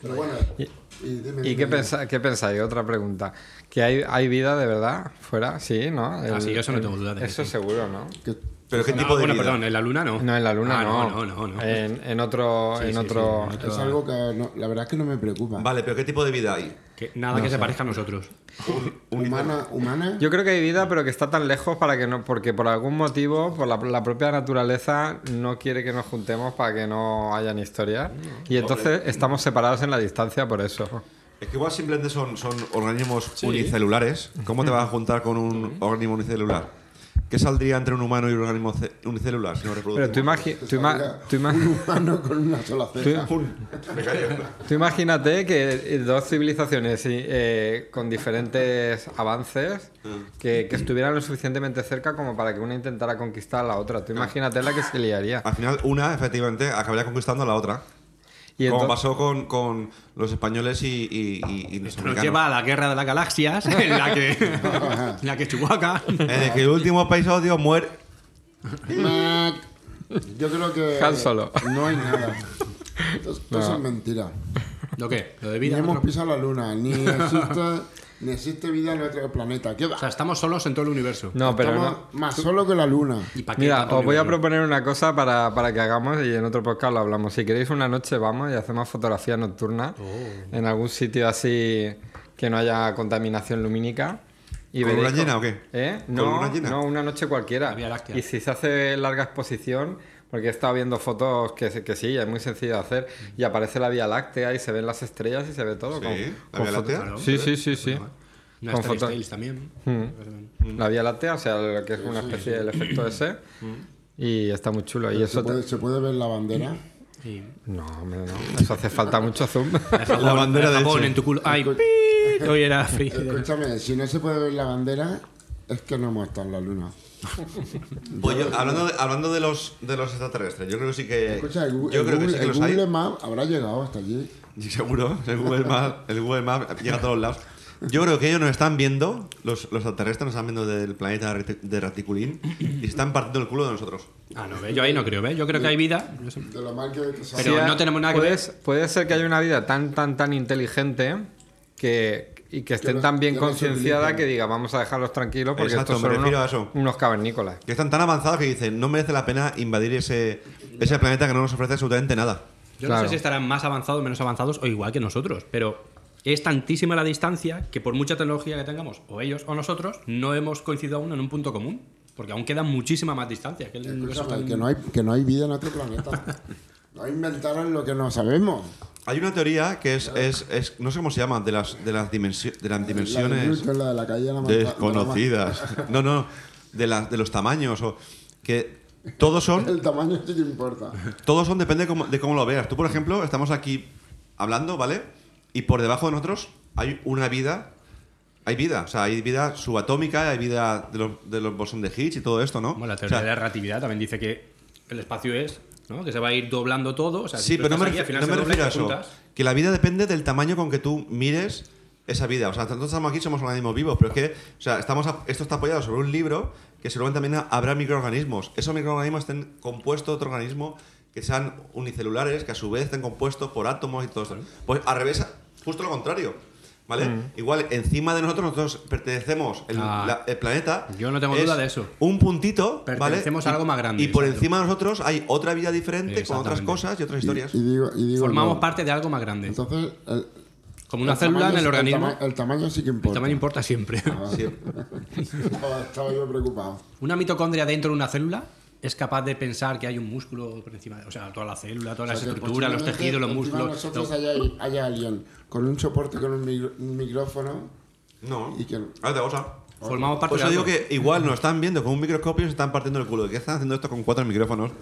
S4: Pero bueno. ¿Y, dime,
S2: ¿Y
S4: dime,
S2: qué,
S4: dime.
S2: pensa- qué pensáis? Otra pregunta. ¿Que hay, hay vida de verdad fuera? Sí, ¿no? El-
S3: Ah, sí, yo eso no tengo duda de que
S2: Eso
S3: sí.
S2: seguro, ¿no?
S4: Que-
S5: Pero qué
S3: No,
S5: tipo de
S3: Ah, bueno,
S5: vida?
S3: perdón, en la luna no.
S2: No, en la luna
S3: Ah,
S2: no. Eh,
S3: No, no, no.
S2: En, en otro...
S3: Sí,
S2: en
S3: sí,
S2: otro...
S3: sí, en otro-
S4: es algo que no- la verdad es que no me preocupa.
S5: Vale, pero qué tipo de vida hay?
S3: Que nada que se parezca a nosotros.
S4: Humana, humana.
S2: Yo creo que hay vida, pero que está tan lejos para que no, porque por algún motivo, por la, la propia naturaleza, no quiere que nos juntemos para que no hayan historias. Y entonces estamos separados en la distancia por eso.
S5: Es que igual simplemente son, son organismos unicelulares. ¿Cómo te vas a juntar con un organismo unicelular? ¿Qué saldría entre un humano y un organismo ce- unicelular si no
S2: Pero
S5: reproducimos?
S2: tú, imagi- tú, ima-
S4: Mira,
S2: tú ima-
S4: un humano con una sola ceja.
S5: Me callo.
S2: tú imagínate que dos civilizaciones sí, eh, con diferentes avances que, que estuvieran lo suficientemente cerca como para que una intentara conquistar a la otra. Tú imagínate la que se liaría.
S5: Al final, una, efectivamente, acabaría conquistando a la otra.
S2: Y
S5: como
S2: entonces-
S5: pasó con, con los españoles y, y, y- y los
S3: Nos
S5: americanos.
S3: lleva a la guerra de las galaxias, en la que, en la que Chewbacca.
S5: En el que el último país odio muere.
S4: Mac. Yo creo que.
S2: Han Solo.
S4: No hay nada. Entonces, Todo eso es mentira.
S3: ¿Lo qué? ¿Lo de
S4: Ni
S3: vida? en
S4: hemos
S3: otro-
S4: pisado la luna, ni existe, ni existe vida en otro planeta. ¿Qué va?
S3: O sea, estamos solos en todo el universo.
S2: No, pero
S4: Estamos
S2: no-
S4: más solo que la luna.
S3: ¿Y pa' qué
S2: Mira,
S3: tanto
S2: os voy a
S3: universo?
S2: proponer una cosa para, para que hagamos y en otro podcast lo hablamos. Si queréis una noche vamos y hacemos fotografía nocturna
S5: Oh.
S2: en algún sitio así que no haya contaminación lumínica. Y
S5: ¿Con
S2: veréis
S5: luna llena
S2: co-
S5: o qué?
S2: ¿Eh?
S5: ¿Con
S2: No,
S5: luna llena?
S2: no, una noche cualquiera.
S3: La Vía Láctea.
S2: Y si se hace larga exposición, porque he estado viendo fotos que, se- que sí, es muy sencillo de hacer, y aparece la Vía Láctea y se ven las estrellas y se ve todo.
S5: Sí,
S2: con-
S5: la
S2: con
S5: Vía
S2: foto-
S5: Láctea.
S2: Sí, sí, sí, sí.
S3: ¿eh? Una
S2: Con
S3: Star
S2: foto- Hmm.
S3: Tales también.
S2: La Vía Láctea, o sea, lo que es una especie del efecto ese.
S5: Mm.
S2: Y está muy chulo. Y
S4: ¿Se
S2: eso te-
S4: puede, se puede ver la bandera?
S3: Y-
S2: No, hombre, no. Eso hace falta mucho zoom.
S5: La bandera de
S3: Japón
S5: Che.
S3: en tu culo. Ay, pi, hoy era free.
S4: Escúchame, si no se puede ver la bandera, es que no hemos estado en la luna.
S5: Pues yo- hablando de, hablando de los de los extraterrestres, yo creo que sí que.
S4: Escucha, el, Gu-
S5: Eh, yo
S4: el
S5: creo que
S4: Google,
S5: sí que
S4: el
S5: los
S4: Google
S5: hay.
S4: Maps habrá llegado hasta allí.
S5: Sí, Seguro, el Google Maps, el Google Maps llega a todos lados. Yo creo que ellos nos están viendo, los, los extraterrestres nos están viendo del planeta Reti- de Raticulín y se están partiendo el culo de nosotros.
S3: Ah, no, ve, yo ahí no creo, ¿ves? Yo creo que hay vida. Yo sé-
S4: De lo mal que, que sabe.
S3: Pero no tenemos nada que
S2: puede, ver. Puede ser que haya una vida tan, tan, tan inteligente que, y que estén
S4: los-
S2: tan bien
S4: que los
S2: concienciada
S4: utilizan.
S2: que diga, vamos a dejarlos tranquilos porque
S5: Exacto,
S2: estos
S5: me
S2: son
S5: refiero
S2: unos,
S5: a eso.
S2: unos cavernícolas.
S5: Que están tan avanzados que dicen, no merece la pena invadir ese, ese planeta que no nos ofrece absolutamente nada.
S3: Yo no
S2: Claro.
S3: sé si estarán más avanzados, menos avanzados o igual que nosotros, pero es tantísima la distancia que por mucha tecnología que tengamos, o ellos o nosotros, no hemos coincidido aún en un punto común, porque aún queda muchísima más distancia. Que el universo
S4: Escúchame,
S3: está
S4: pues, que
S3: en-
S4: no, hay, que no hay vida en otro planeta. No inventaron lo que no sabemos.
S5: Hay una teoría que es, es, es- no sé cómo se llama, de las, de las, dimensi- de las
S4: La de
S5: dimensiones...
S4: Newton, la de la calle de la manta- de la ma-
S5: Desconocidas. No, no. De, las de los tamaños. O, que todos son.
S4: El tamaño sí que importa.
S5: Todos son, depende cómo- de cómo lo veas. Tú, por ejemplo, estamos aquí hablando, ¿vale? Y por debajo de nosotros hay una vida. Hay vida. O sea, hay vida subatómica, hay vida de los, de los bosón de Higgs y todo esto, ¿no?
S3: Bueno, la
S5: O
S3: teoría
S5: sea,
S3: de la relatividad también dice que el espacio es, ¿no? Que se va a ir doblando todo. O sea, si
S5: Sí,
S3: tú
S5: pero no me,
S3: estás aquí, al final
S5: refi- no
S3: se
S5: me
S3: dobla y
S5: refiero a
S3: te
S5: eso.
S3: juntas.
S5: Que la vida depende del tamaño con que tú mires esa vida. O sea, nosotros estamos aquí, somos organismos vivos, pero es que, o sea, estamos a- esto está apoyado sobre un libro que seguramente también habrá microorganismos. Esos microorganismos estén compuestos de otro organismo que sean unicelulares, que a su vez estén compuestos por átomos y todo esto. Pues al revés, justo lo contrario. ¿Vale? Igual, encima de nosotros, nosotros pertenecemos, el,
S3: Ah.
S5: la- el planeta.
S3: Yo no tengo
S5: es
S3: duda de eso.
S5: Un puntito, ¿vale?
S3: Pertenecemos a
S5: Y-
S3: algo más grande,
S5: Y por
S3: exacto.
S5: encima de nosotros hay otra vida diferente con otras
S3: Exactamente.
S5: cosas y otras
S4: Y,
S5: historias.
S4: y digo, y digo
S3: Formamos
S4: no.
S3: parte de algo más grande.
S4: Entonces, el-
S3: Como una
S4: el
S3: célula
S4: tamaño-
S3: en el organismo.
S4: El, tama- el tamaño sí que
S3: El
S4: importa.
S3: tamaño importa siempre.
S5: Sí.
S4: Estaba- Estaba yo preocupado.
S3: Una mitocondria dentro de una célula es capaz de pensar que hay un músculo por encima de. O sea, toda la célula, todas las
S4: O sea, que
S3: estructuras, los
S4: posiblemente
S3: tejidos, los
S4: encima de
S3: músculos.
S4: Nosotros
S3: todo.
S4: haya, haya alguien con un soporte, con un, micro- un micrófono.
S5: No.
S4: Y que-
S5: Ahora te cosa.
S3: Formamos parte
S5: Por
S3: de
S5: eso digo
S3: algo.
S5: que igual nos están viendo con un microscopio y se están partiendo el culo. ¿Qué están haciendo esto con cuatro micrófonos?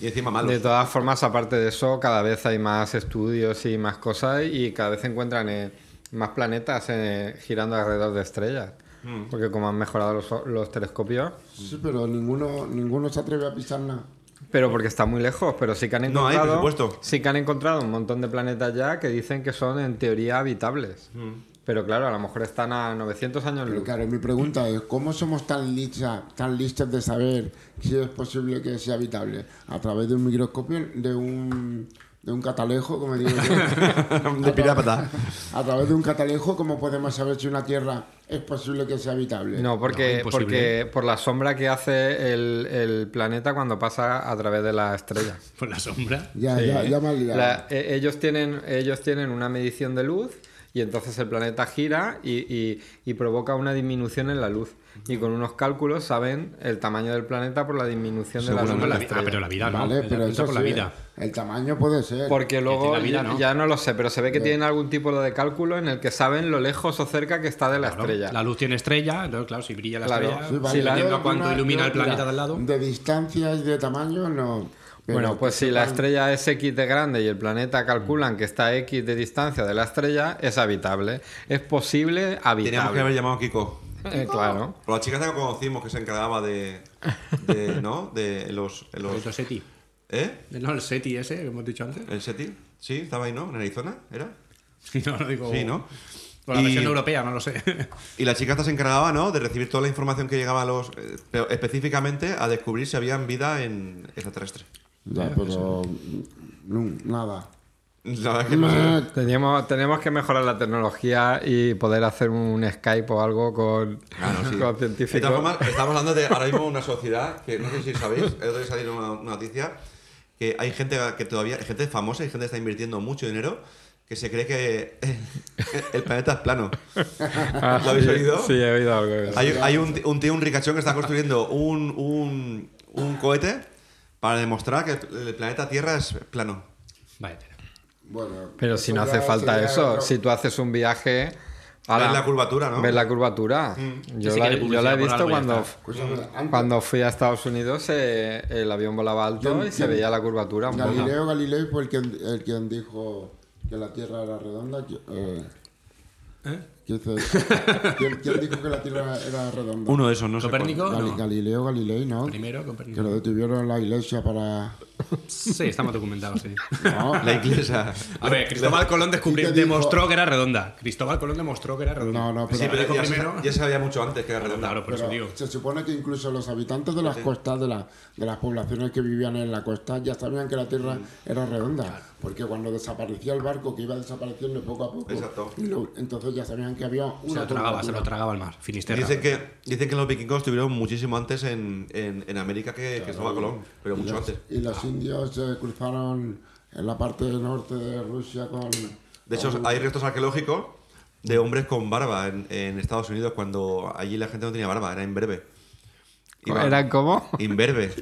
S5: Y encima malos.
S2: De todas formas, aparte de eso, cada vez hay más estudios y más cosas y cada vez se encuentran eh, más planetas eh, girando alrededor de estrellas.
S5: Mm.
S2: Porque como han mejorado los, los telescopios,
S4: Sí, pero ninguno, ninguno se atreve a pisar nada.
S2: pero porque está muy lejos, pero sí que han
S5: No hay
S2: encontrado,
S5: presupuesto.
S2: sí que han encontrado un montón de planetas ya que dicen que son en teoría habitables.
S5: Mm.
S2: Pero claro, a lo mejor están a 900 años
S4: Pero
S2: luz.
S4: claro, mi pregunta es, ¿cómo somos tan listas, tan listos de saber si es posible que sea habitable? ¿A través de un microscopio, de un, de un catalejo, como digo yo?
S5: de pirata.
S4: A través de un catalejo, ¿cómo podemos saber si una tierra es posible que sea habitable?
S2: No,
S3: No,
S2: porque,
S3: imposible.
S2: porque por la sombra que hace el, el planeta cuando pasa a través de la estrella.
S3: Por la sombra.
S4: Ya,
S2: Sí.
S4: ya, ya me has liado.
S2: La- e- ellos, tienen, ellos tienen una medición de luz y entonces el planeta gira y, y- y provoca una disminución en la luz. Y con unos cálculos saben el tamaño del planeta por la disminución de la
S3: Por
S2: luz.
S3: ejemplo,
S2: en la
S3: la vi- ah,
S2: estrella.
S3: pero la vida, ¿no?
S4: Vale,
S3: Ella
S4: pero
S3: apunta
S4: eso
S3: por la
S4: sí,
S3: vida.
S4: El tamaño puede ser.
S2: Porque luego
S3: la
S2: ya,
S3: vida, ¿no?
S2: ya no lo sé, pero se ve que tienen algún tipo de cálculo en el que saben lo lejos o cerca que está de la
S3: Claro,
S2: estrella.
S3: La luz tiene estrella, entonces, claro, si brilla la
S2: Claro.
S3: estrella,
S4: Sí, vale,
S2: si la-
S4: yo
S3: viendo cuánto
S4: una-
S3: ilumina
S4: yo,
S3: el planeta
S4: mira,
S3: de al lado.
S4: De distancia y de tamaño, no. Pero
S2: Bueno, pues si la estrella es X de grande y el planeta calculan que está a X de distancia de la estrella, es habitable. Es posible
S5: Teníamos que
S2: habitable.
S5: haber llamado a Kiko.
S2: Eh, claro.
S5: O la chica esta que conocimos que se encargaba de. de ¿No? De los. de los-
S3: El SETI.
S5: ¿Eh?
S3: No, el SETI ese que hemos dicho antes.
S5: ¿El SETI? Sí, estaba ahí, ¿no? ¿En Arizona? ¿Era?
S3: No, lo digo.
S5: Sí, ¿no?
S3: Por la
S5: Y-
S3: versión europea, no lo sé.
S5: Y la chica esta se encargaba, ¿no? De recibir toda la información que llegaba a los. eh, pero específicamente a descubrir si había vida en extraterrestre.
S4: Ya,
S3: Ah,
S4: pero. mm, Nada.
S5: La verdad es que no sé.
S2: Teníamos, tenemos que mejorar la tecnología y poder hacer un Skype o algo con,
S5: Claro, sí.
S2: con
S5: De todas
S2: científicos.
S5: formas, estamos hablando de ahora mismo una sociedad que no sé si sabéis, el otro día salió una una noticia que hay gente que todavía, gente famosa y gente que está invirtiendo mucho dinero que se cree que el planeta es plano.
S2: Ah,
S5: ¿Lo habéis
S2: sí,
S5: oído?
S2: Sí, he oído algo. de eso.
S5: Hay, hay un, un tío, un ricachón que está construyendo un, un, un cohete para demostrar que el el planeta Tierra es plano.
S3: Vale, espera.
S4: Bueno,
S2: Pero si
S4: eso
S2: no hace
S4: ya
S2: falta
S4: sería
S2: eso,
S4: otro-
S2: si tú haces un viaje... a
S5: Ves la curvatura, ¿no?
S2: Ves la curvatura.
S3: Que
S2: Yo,
S3: si
S2: la,
S3: quiere
S2: yo
S3: publicidad
S2: la he
S3: por
S2: visto
S3: algo, ya
S2: cuando,
S3: está.
S4: Escúchame, antes-
S2: cuando fui a Estados Unidos, eh, el avión volaba alto
S4: Yo-
S2: y se
S4: yo-
S2: veía la curvatura un poco.
S4: Galileo Galilei fue el quien, el quien dijo que la Tierra era redonda. que- eh,
S3: ¿Eh?
S4: que se- ¿Quién, quién dijo que la Tierra era redonda?
S5: Uno de esos, no sé. cuál.
S3: ¿Copérnico?
S4: Gali-
S3: No.
S4: Galileo Galilei, ¿no?
S3: Primero,
S4: Que
S3: Copérnico.
S4: lo detuvieron en la iglesia para.
S3: Sí, estamos documentados, sí.
S4: No,
S5: La iglesia.
S3: A ver, Cristóbal Colón descubrió,
S4: ¿Y qué dijo?
S3: demostró que era redonda. Cristóbal Colón demostró que era redonda.
S4: no, no, pero.
S5: Sí, pero
S3: Dijo
S5: ya,
S3: primero.
S5: se- ya se sabía mucho antes que era redonda.
S3: Claro, por eso
S4: Pero
S3: digo.
S4: se supone que incluso los habitantes de las costas, de, la- de las poblaciones que vivían en la costa, ya sabían que la Tierra era redonda. Porque cuando desaparecía el barco, que iba desapareciendo poco a poco,
S5: Exacto.
S4: y lo- entonces ya sabían que había una
S3: Se lo tragaba, se lo
S4: curvatura.
S3: tragaba el mar. Finisterra.
S5: Dicen que, dicen que los vikingos estuvieron muchísimo antes en, en, en América que que Cristóbal Colón, pero mucho antes.
S4: Y los indios eh, cruzaron en la parte norte de Rusia con...
S5: De hecho,
S4: con-
S5: hay restos arqueológicos de hombres con barba en, en Estados Unidos cuando allí la gente no tenía barba, era imberbe. Iba-
S2: ¿Eran como?
S5: Imberbe.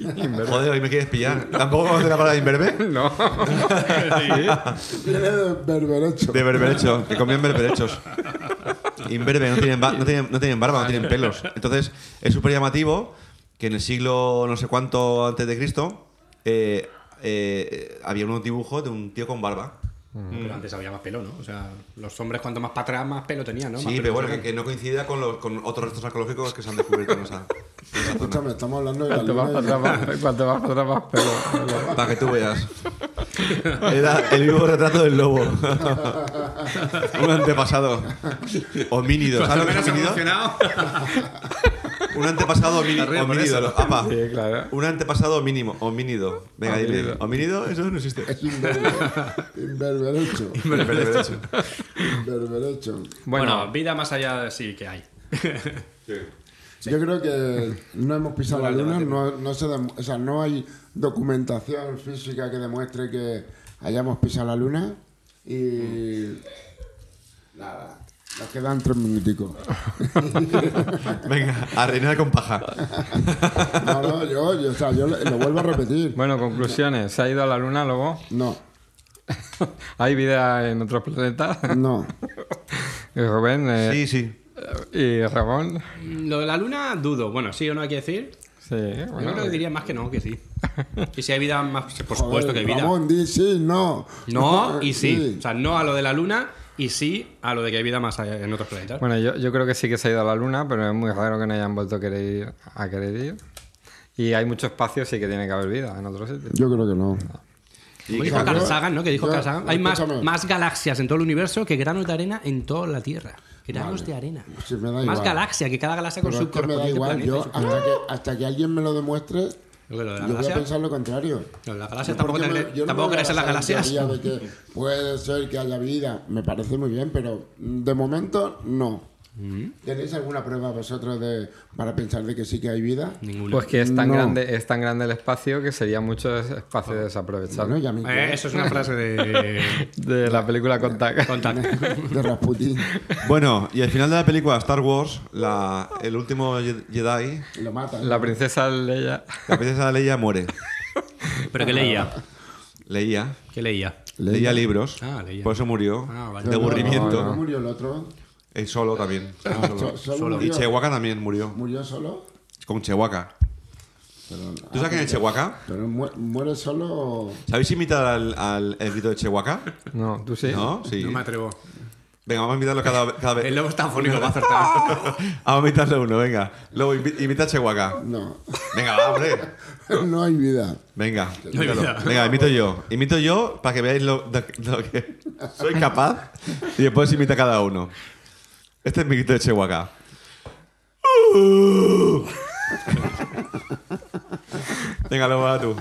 S5: Joder, hoy me quieres pillar. ¿Tampoco conoces la palabra imberbe?
S2: No.
S4: Viene de berberecho.
S5: De berberechos, que comían berberechos. Imberbe, no tienen, ba- no, tienen, no tienen barba, no tienen pelos. Entonces, es súper llamativo que en el siglo no sé cuánto antes de Cristo eh, eh, había unos dibujos de un tío con barba.
S3: Pero antes había más pelo, ¿no? O sea, los hombres cuanto más para atrás, más pelo tenían, ¿no? Más
S5: sí,
S3: pelo
S5: pero bueno, que,
S3: tenían.
S5: que no coincida con, los, con otros restos arqueológicos que se han descubierto en esa, en esa zona.
S4: Escúchame, estamos hablando de la
S2: Cuanto más
S4: luna
S2: para
S4: y-
S2: atrás, más- cuanto más para atrás, más pelo.
S5: Para que tú veas. Era el vivo retrato del lobo. Un antepasado. Homínido.
S3: Cuanto
S5: ¿Sabes lo que
S3: menos
S5: es homínido?
S3: evolucionado.
S5: un antepasado mini-
S3: río por
S5: homínido.
S3: eso.
S5: apa.
S2: Sí, claro.
S5: Un antepasado mínimo, homínido. Venga, dile.
S2: Homínido.
S5: Homínido, eso no existe.
S4: Es imber- imberberecho.
S5: Berberecho.
S4: Imberberecho.
S3: Bueno, vida más allá sí que hay.
S4: Yo creo que no hemos pisado la
S3: Buena
S4: luna,
S3: alternativa.
S4: no, no se dem- o sea, no hay documentación física que demuestre que hayamos pisado la luna y nada, nos quedan tres minuticos.
S5: Venga, a reinar con paja.
S4: No, no, yo, yo, o sea, yo lo, lo vuelvo a repetir.
S2: Bueno, conclusiones. ¿Se ha ido a la luna luego?
S4: No,
S2: ¿Hay vida en otros planetas?
S4: no.
S2: Y Rubén eh,
S5: Sí, sí.
S2: y Ramón.
S3: Lo de la luna, dudo. Bueno, sí o no hay que decir.
S2: Sí, bueno.
S3: Yo creo que diría más que no, que sí. Y si hay vida más, por
S4: Joder,
S3: supuesto que hay vida.
S4: Ramón, di sí, no.
S3: No y sí. O sea, no a lo de la luna y sí a lo de que hay vida más allá en otros planetas.
S2: Bueno, yo, yo creo que sí que se ha ido a la luna, pero es muy raro que no hayan vuelto a querer ir. A querer ir. Y hay mucho espacio, sí que tiene que haber vida en otros sitios.
S4: Yo creo que no.
S3: Como dijo
S4: claro,
S3: Carl
S4: yo-
S3: Sagan, ¿no? Que dijo
S4: yo-
S3: Carl Sagan, Hay más,
S4: escúchame.
S3: más galaxias en todo el universo que granos de arena en toda la Tierra. Granos
S4: Vale.
S3: de arena.
S4: Sí, me da
S3: más
S4: igual.
S3: galaxia, que cada galaxia con
S4: Pero es
S3: su
S4: que me da
S3: correspondiente
S4: igual.
S3: planeta.
S4: Yo,
S3: y su-
S4: hasta que, hasta que alguien me lo demuestre,
S3: Lo de la
S4: yo voy a
S3: galaxia.
S4: pensar lo contrario.
S3: Lo de la galaxia
S4: Yo
S3: tampoco, te
S4: porque me-
S3: cre-
S4: yo no
S3: tampoco
S4: me
S3: crees en las
S4: voy a basar
S3: galaxias.
S4: teoría de que puede ser que haya vida. Me parece muy bien, pero de momento no. ¿Tenéis alguna prueba vosotros de, para pensar de que sí que hay vida?
S3: Ninguna.
S2: Pues que es tan
S4: No. Ah.
S2: grande, es tan grande el espacio que sería mucho es- espacio desaprovechado.
S4: Bueno, ya me
S3: Eh, eso es una frase de
S2: De la película Contact.
S3: contacto.
S4: de Rasputin.
S5: Bueno, y al final de la película Star Wars, la, el último Ye- Jedi,
S4: Lo mata.
S2: La princesa Leia.
S5: la princesa Leia muere.
S3: Pero que leía.
S5: Leía.
S3: Que leía.
S5: Leía, libros.
S3: Ah, leía.
S5: Por eso murió.
S3: Ah, vale.
S5: De aburrimiento.
S4: No, no murió el otro?
S5: Él solo también.
S4: Ah,
S5: Solo.
S4: so- solo
S5: Y
S4: murió.
S5: Chewbacca también murió.
S4: ¿Murió solo?
S5: Con Chewbacca.
S4: Pero,
S5: ¿Tú sabes quién es Chewbacca?
S4: pero mu- muere solo... o-
S5: ¿Sabéis imitar al, al- el grito de Chewbacca?
S2: No, tú sí.
S5: ¿No? Sí.
S3: No me atrevo.
S5: Venga, vamos a imitarlo cada, cada
S3: El
S5: vez.
S3: lobo está fónico, va a acertar.
S5: Vamos a imitarlo uno, venga. Luego imita, imita a Chewbacca.
S4: No,
S5: Venga, va, hombre.
S4: no hay vida.
S5: Venga,
S3: No
S5: imítalo.
S3: imita.
S5: venga, imito yo. Imito yo para que veáis lo, de- lo que soy capaz y después imita cada uno. Este es mi grito de Chewbacca. Venga, luego va tú.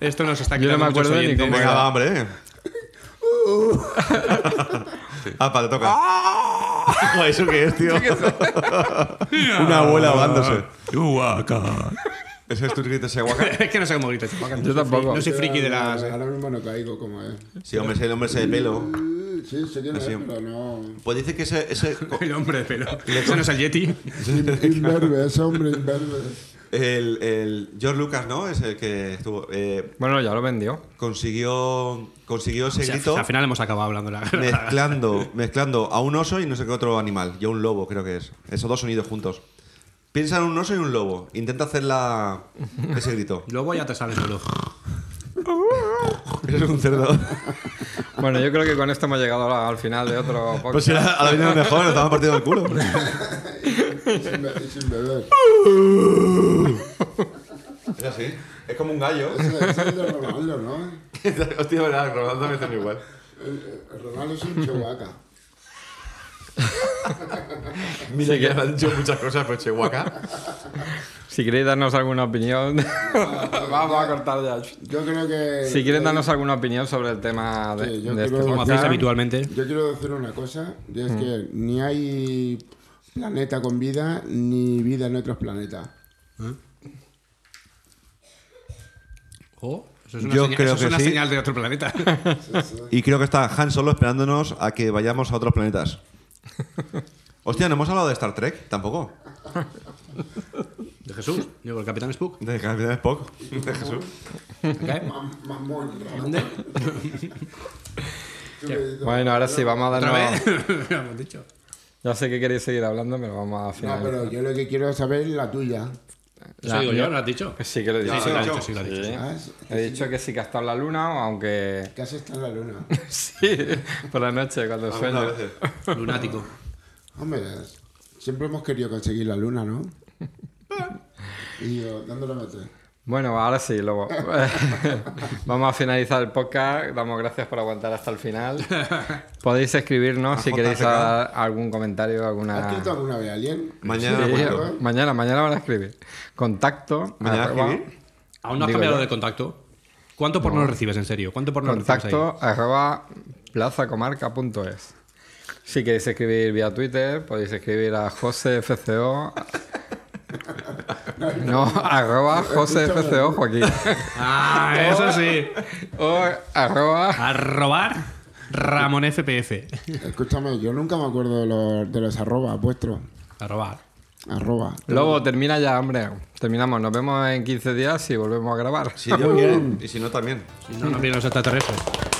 S3: Esto nos está
S2: Yo no
S3: quitando
S2: me
S3: muchos
S2: acuerdo ni
S3: oyentes.
S2: cómo
S5: Venga,
S2: era.
S5: va, hombre. Ah, para, te toca. Joder, ¿Eso qué es, tío? Una abuela ahogándose. ¿Ese es tu grito de Chewbacca?
S3: es que no sé cómo gritas. Paco, no
S2: Yo
S3: soy
S2: tampoco.
S3: fri- No soy friki de las. eh.
S4: Ahora mismo no caigo como es.
S5: Sí, hombre, ese hombre se de pelo.
S4: Sí, sé quién es,
S5: Así.
S4: pero no...
S5: Pues dice que ese, ese,
S3: El hombre de pelo. Eso no es el Yeti.
S4: Inverbe, ese hombre inverbe.
S5: El, el George Lucas, ¿no? Es el que estuvo, eh,
S2: Bueno, ya lo vendió.
S5: consiguió, consiguió ese
S3: O sea,
S5: grito
S3: al final hemos acabado hablando de la
S5: mezclando, mezclando a un oso y no sé qué otro animal. Y a un lobo, creo que es. Esos dos sonidos juntos. Piensa en un oso y un lobo. Intenta hacer la, ese grito.
S3: Luego ya te sale solo.
S5: Eso es un cerdo.
S2: Bueno, yo creo que con esto hemos llegado a- al final de otro podcast.
S5: Pues si ahora ahora viene lo mejor, nos estamos partiendo el culo.
S4: Y sin, be- y sin beber.
S5: Es así. Es como un gallo.
S4: Ese es el de Ronaldo, ¿no?
S5: Hostia, verdad, Ronaldo me hace igual.
S4: Ronaldo es un chihuahua.
S5: Mira que han dicho muchas cosas, pero Chewbacca.
S2: Si queréis darnos alguna opinión, vamos a cortar ya.
S4: Yo creo que...
S2: Si quieren darnos alguna opinión sobre el tema de,
S4: Sí, yo
S2: de este
S4: creo-
S3: Como
S2: podcast,
S3: hacéis habitualmente.
S4: Yo quiero decir una cosa, y
S2: Mm.
S4: es que ni hay planeta con vida, ni vida en otros planetas.
S3: Oh, eso es una,
S5: Yo
S3: señal,
S5: creo
S3: eso es
S5: que
S3: una
S5: sí.
S3: señal de otro planeta.
S5: Y creo que está Han Solo esperándonos a que vayamos a otros planetas. Hostia, no hemos hablado de Star Trek tampoco.
S3: De Jesús. Digo, el Capitán Spook.
S5: De Capitán Spock. De Jesús.
S3: ¿ok?
S4: Mam- Mamón, Ramón. Tú me dices-
S2: Bueno, ahora sí, vamos a
S3: Otra
S2: darnos.
S3: vez. Lo hemos dicho.
S2: Ya sé que queréis seguir hablando, pero vamos a
S4: No,
S2: finalizar.
S4: pero yo lo que quiero saber es la tuya.
S3: Eso digo yo, lo has dicho.
S2: Pues Sí que lo he dicho.
S3: Sí, sí, lo has
S5: yo.
S3: dicho, sí, lo has dicho.
S2: Sí.
S4: Ah, sí.
S2: He dicho que sí que ha estado en la luna, aunque.
S4: ¿Qué has estado en la luna?
S2: Sí, por la noche cuando
S5: Algunas
S2: sueño.
S5: veces.
S3: Lunático.
S4: Hombre, siempre hemos querido conseguir la luna, ¿no? Y yo, ¿dónde la metes?
S2: Bueno, ahora sí, Lobo. Vamos a finalizar el podcast. Damos gracias por aguantar hasta el final. Podéis escribirnos
S5: A
S2: si queréis
S5: JFK.
S2: a- algún comentario, alguna...
S4: ¿Has escrito alguna vez alguien?
S5: Mañana
S2: Sí,
S5: vuelvo.
S4: ¿eh?
S2: mañana, mañana van a escribir. Contacto.
S5: ¿Mañana
S2: arroba-
S5: escribir?
S3: Aún no has
S2: Digo
S3: cambiado
S2: yo.
S3: de contacto. ¿Cuánto porno recibes en serio? ¿Cuánto porno recibes
S2: contacto arroba plazacomarca.es. Si queréis escribir vía Twitter, podéis escribir a josefco. No, arroba josefco Joaquín.
S3: ahí? Ah, eso sí.
S2: O arroba.
S3: A robar Ramón FPF.
S4: Escúchame, yo nunca me acuerdo de los, de los arrobas vuestros.
S3: A robar.
S4: Arroba.
S2: Lobo, termina ya, hombre. Terminamos. Nos vemos en 15 días y volvemos a grabar.
S5: Si Dios quiere. Y si no, también.
S3: Si no, no vienen los extraterrestres.